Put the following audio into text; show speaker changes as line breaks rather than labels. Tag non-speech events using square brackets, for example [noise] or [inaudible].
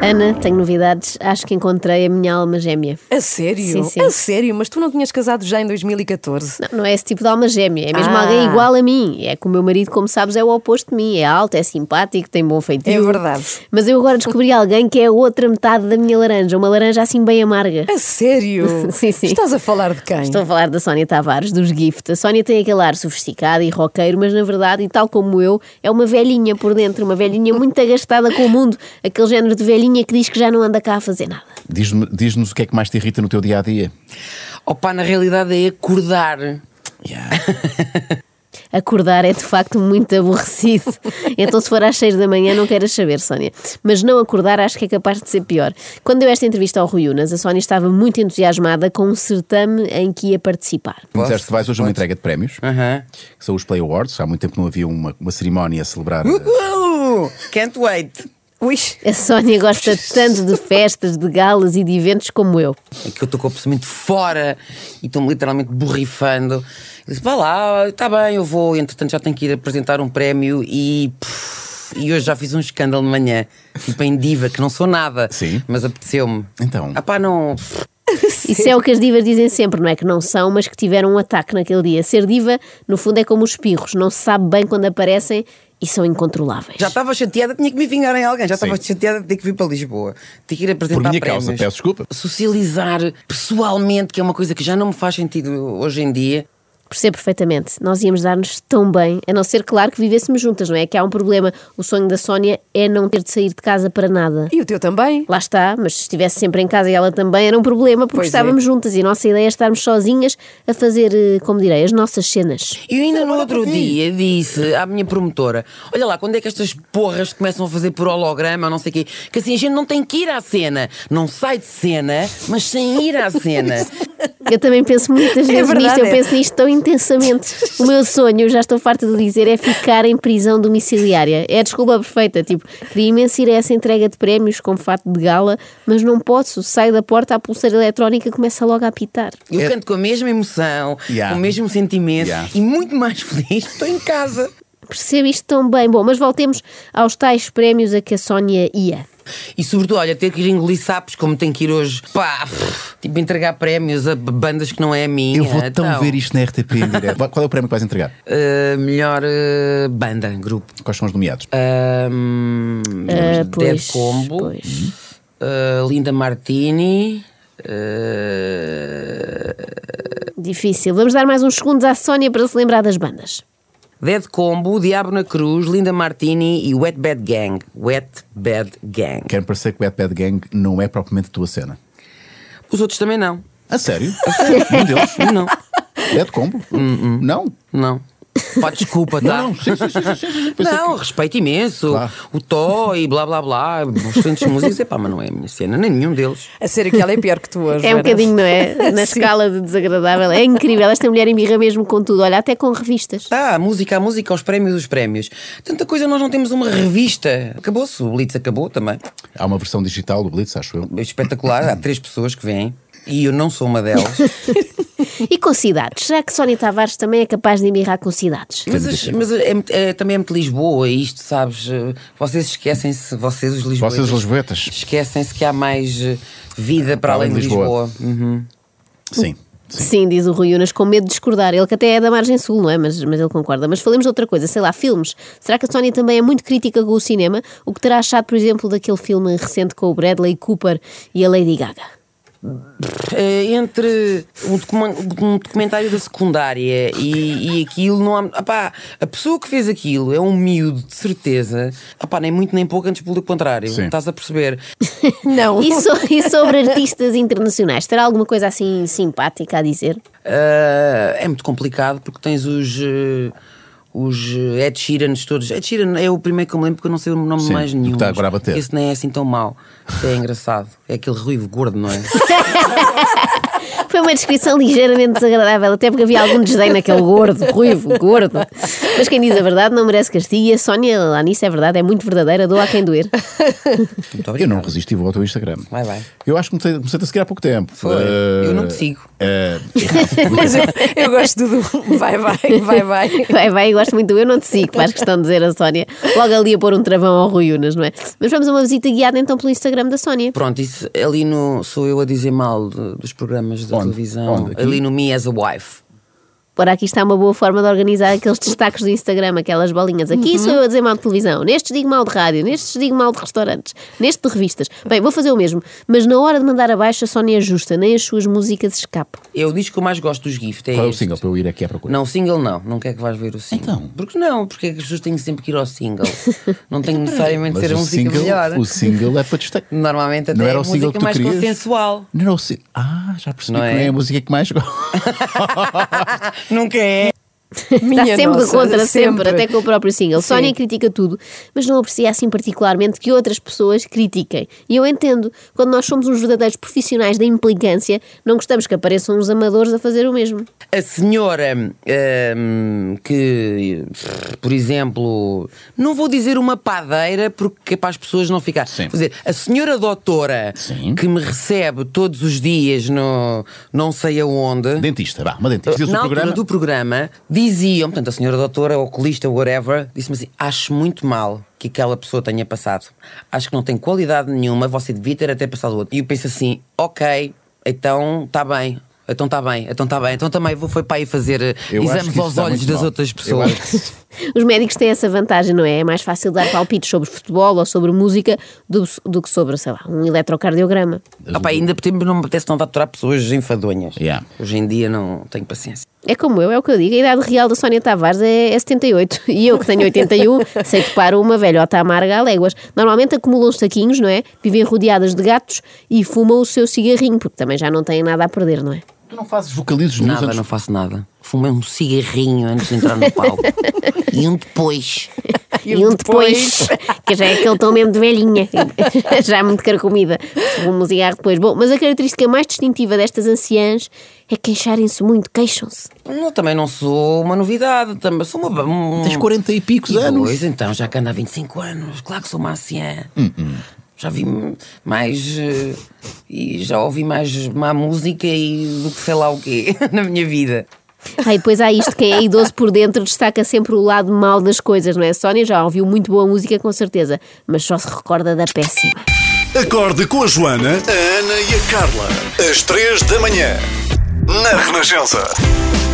Ana, tenho novidades. Acho que encontrei a minha alma gêmea.
A sério?
Sim, sim.
A sério? Mas tu não tinhas casado já em 2014?
Não, não é esse tipo de alma gêmea, é mesmo
Ah.
alguém igual a mim. É que o meu marido, como sabes, é o oposto de mim. É alto, é simpático, tem bom feitio.
É verdade.
Mas eu agora descobri alguém que é a outra metade da minha laranja, uma laranja assim bem amarga.
A sério?
[laughs] Sim, sim.
Estás a falar de quem?
Estou a falar da Sónia Tavares, dos Gift. A Sónia tem aquele ar sofisticado e roqueiro, mas na verdade, e tal como eu, é uma velhinha por dentro, uma velhinha muito agastada com o mundo, aquele género de velhinha que diz que já não anda cá a fazer nada.
Diz-me- Diz-nos o que é que mais te irrita no teu dia a dia.
Opa, na realidade é acordar.
Acordar é de facto muito aborrecido. Então, se for às seis da manhã, não queiras saber, Sónia. Mas não acordar acho que é capaz de ser pior. Quando deu esta entrevista ao Rui Unas, a Sónia estava muito entusiasmada com um certame em que ia participar.
Me disseste que vais hoje a uma entrega de prémios,
Aham.
que são os Play Awards. Há muito tempo não havia uma, uma cerimónia a celebrar.
Uh, can't wait.
Ui,
A Sónia gosta tanto de festas, de galas e de eventos como eu.
É que eu estou com o pensamento fora e estou-me literalmente borrifando. Eu disse, vá lá, está bem, eu vou. Entretanto, já tenho que ir apresentar um prémio e. pff, e hoje já fiz um escândalo de manhã. Tipo em diva, que não sou nada.
Sim.
Mas apeteceu-me.
Então.
Ah pá, não.
Isso é o que as divas dizem sempre, não é que não são, mas que tiveram um ataque naquele dia. Ser diva, no fundo, é como os espirros, não se sabe bem quando aparecem e são incontroláveis.
Já estava chateada, tinha que me vingar em alguém. Já
Sim.
estava chateada de ter que vir para Lisboa. Ter que ir apresentar
eh, Por minha
prémios.
causa, peço desculpa.
Socializar pessoalmente, que é uma coisa que já não me faz sentido hoje em dia.
Percebo perfeitamente. Nós íamos dar-nos tão bem, a não ser, claro, que vivêssemos juntas, não é? Que há um problema. O sonho da Sónia é não ter de sair de casa para nada.
e o teu também?
Lá está, mas se estivesse sempre em casa e ela também era um problema porque
Pois é.
estávamos juntas e a nossa ideia é estarmos sozinhas a fazer, eh, como direi, as nossas cenas.
E
é
ainda no outro dia disse à minha promotora: Olha lá, quando é que estas porras começam a fazer por holograma, ou não sei o quê, que assim a gente não tem que ir à cena. Não sai de cena, mas sem ir
[laughs]
à cena.
Eu também penso muitas vezes nisto,
verdade,
eu
é.
penso nisto tão intensamente. O meu sonho, eu já estou farta de dizer, é ficar em prisão domiciliária. É a desculpa perfeita, tipo, queria imenso ir a essa entrega de prémios com fato de gala, mas não posso. Saio da porta, a pulseira eletrónica começa logo a apitar.
Eu
É-
canto com a mesma emoção,
Yeah.
com o mesmo sentimento
Yeah.
e muito mais feliz, estou em casa.
Percebo isto tão bem. Bom, mas voltemos aos tais prémios a que a Sónia ia.
E sobretudo, olha, ter que ir engolir sapos como tenho que ir hoje, pá, tipo entregar prémios a bandas que não é a minha.
Eu vou tão
então,
ver isto na RTP em direto. Qual- Qual é o prémio que vais entregar?
eh, melhor eh, banda, grupo.
Quais são os nomeados?
Ah. Ahm,
Ah,
Dead
pois,
Combo,
pois.
ah, Linda Martini. ah,
Difícil. Vamos dar mais uns segundos à Sónia para se lembrar das bandas.
Dead Combo, Diabo na Cruz, Linda Martini e Wet Bad Gang. Wet Bad Gang.
Quero parecer que o Bad Bad Gang não é propriamente a tua cena.
Os outros também não.
A
[laughs]
sério? um deles?
[laughs]
Não,
É de combo?
Hum,
Não?
não. Pá, desculpa, tá?
Não, não. Sim, sim, sim. sim, sim, sim. Pensei
Não, respeito imenso.
Claro.
O Tó e blá blá blá, os excelentes músicos. Epá, mas não é a minha cena, nem nenhum deles.
A sério que ela é pior que tu hoje.
É um
Ana.
bocadinho, não
[laughs]
é? Na
Sim.
escala de desagradável. É incrível. Esta mulher embirra mesmo com tudo. Olha, até com revistas.
Tá, a música, a música, os prémios, os prémios. Tanta coisa, nós não temos uma revista. Acabou-se, o Blitz acabou também.
que- Há uma versão digital do Blitz, acho eu.
espetacular. Há três pessoas que vêm e eu não sou uma delas. [laughs]
E com cidades. Será que Sónia Tavares também é capaz de embirrar com cidades?
mas as- mas é, muito- é- também é muito Lisboa, isto, sabes? eh, Vocês esquecem-se, vocês os lisboetas.
Vocês, os lisboetas.
Esquecem-se que há mais eh, vida para além de Lisboa. Uhum.
Sim.
Sim, diz o Rui Unas, com medo de discordar. Ele que até é da margem sul, não é? Mas, mas ele concorda. Mas falemos de outra coisa, sei lá, filmes. Será que a Sónia também é muito crítica com o cinema? O que terá achado, por exemplo, daquele filme recente com o Bradley Cooper e a Lady Gaga?
Eh, entre um, documen- um documentário da secundária e, e aquilo, não há. Apá, a pessoa que fez aquilo é um miúdo, de certeza. Apá, nem muito nem pouco, antes pelo contrário.
Sim.
Estás a perceber?
Não.
E,
[laughs]
so- [laughs] e sobre artistas internacionais? Terá alguma coisa assim simpática a dizer?
Ah, é muito complicado porque tens os. eh, os eh, Ed Sheerans todos. Ed Sheeran é o primeiro que eu me lembro porque eu não sei o nome
Sim,
mais
do que
nenhum.
está
mas
agora a bater.
Esse nem é assim tão mau. Isso É engraçado. É aquele ruivo gordo,
[laughs]
não é?
Foi uma descrição ligeiramente desagradável, até porque havia algum desdém naquele gordo, ruivo, gordo. Mas quem diz a verdade não merece castigo e a Sónia lá nisso é verdade, é muito verdadeira, doa a quem doer.
Muito
Eu
obrigado.
não resisti e vou ao teu Instagram.
Vai, vai.
Eu acho que comecei, comecei a seguir há pouco tempo.
Foi.
Eh,
Eu não te sigo.
eh,
Mas eu, eu gosto do vai, vai, vai, vai.
Vai, vai, eu gosto muito do eu não te sigo, faz questão de dizer a Sónia. Logo ali a pôr um travão ao Rui Unas, não é? Mas vamos a uma visita guiada então pelo Instagram da Sónia.
Pronto, isso ali no. Sou eu a dizer mal de- dos programas da
Onde?
televisão.
Onde? Aqui?
Ali no Me as a Wife.
Por aqui está uma boa forma de organizar aqueles destaques do Instagram, aquelas bolinhas. Aqui sou eu a dizer mal de televisão, nestes digo mal de rádio, nestes digo mal de restaurantes, neste de revistas. Bem, vou fazer o mesmo, mas na hora de mandar abaixo a Sónia ajusta, nem as suas músicas escapam.
É o disco que eu mais gosto dos Gift. É
qual é o
este.
single para eu ir aqui à procura?
Não, o single não. Não quer que vais ver o single.
Então?
Porque não, porque é que as pessoas têm sempre que ir
[laughs]
ao single. não tem que necessariamente
Mas
ser a
o,
música
single,
melhor.
o single é para destaque.
Normalmente até
Não
é
era
a
o single que
música
tu
mais
querias?
consensual.
Não era o single. Ah, já percebi
Não
que
é?
não é a música que
[laughs]
mais gosto.
Nunca é.
Minha
Está sempre
nossa,
contra, sempre. até com o próprio single.
Sim.
Sónia critica tudo, mas não aprecia assim particularmente que outras pessoas critiquem. E eu entendo, quando nós somos uns verdadeiros profissionais da implicância, não gostamos que apareçam uns amadores a fazer o mesmo.
A senhora hum, que, por exemplo, não vou dizer uma padeira porque é para as pessoas não ficar.
Sim.
Vou dizer, a senhora doutora
Sim.
que me recebe todos os dias no não sei aonde.
dentista, vá, uma dentista. Diz o
Na altura
programa.
do programa diziam, portanto, a senhora doutora, a oculista, whatever, disse-me assim: acho muito mal que aquela pessoa tenha passado. Acho que não tem qualidade nenhuma, você devia ter até passado outro. E eu penso assim: ok, então está bem. Então está bem, então está bem, então também vou foi para aí fazer eh,
Eu acho que
exames
isso
aos
está
olhos
muito
das
mal.
outras
Eu
pessoas.
acho que-
Os médicos têm essa vantagem, não é? É mais fácil dar palpites sobre futebol ou sobre música do, do que sobre, sei lá, um eletrocardiograma.
Ah, pá, ainda por tempo não me apetece não aturar pessoas enfadonhas.
Yeah.
Hoje em dia não tenho paciência.
É como eu, é o que eu digo. A idade real da Sónia Tavares é, é 78 [laughs] e eu, que tenho 81, sei topar uma velhota amarga a léguas. Normalmente acumulam saquinhos, não é? Vivem rodeadas de gatos e fumam o seu cigarrinho, porque também já não têm nada a perder, não é?
Tu não fazes vocalizos nos
Nada,
anos.
não faço nada. Fumei um cigarrinho antes de entrar no
[laughs]
palco. e um depois.
[laughs] E um depois, [laughs] que já é aquele tom mesmo de velhinha, [laughs] já muito carcomida, um cigarro depois. Bom, mas a característica mais distintiva destas anciãs é queixarem-se muito, queixam-se.
Não, também não sou uma novidade, também sou uma. Um...
Tens 40 e picos
e
anos. Hum,
dois, então, já que ando há 25 anos, claro que sou uma anciã. Já vi mais. eh, e já ouvi mais má música e do que sei lá o quê [laughs] na minha vida.
Ah, e depois há isto, quem é idoso por dentro destaca sempre o lado mau das coisas, não é? Sónia já ouviu muito boa música, com certeza, mas só se recorda da péssima.
Acorde com a Joana, a Ana e a Carla. Às três da manhã. Na Renascença.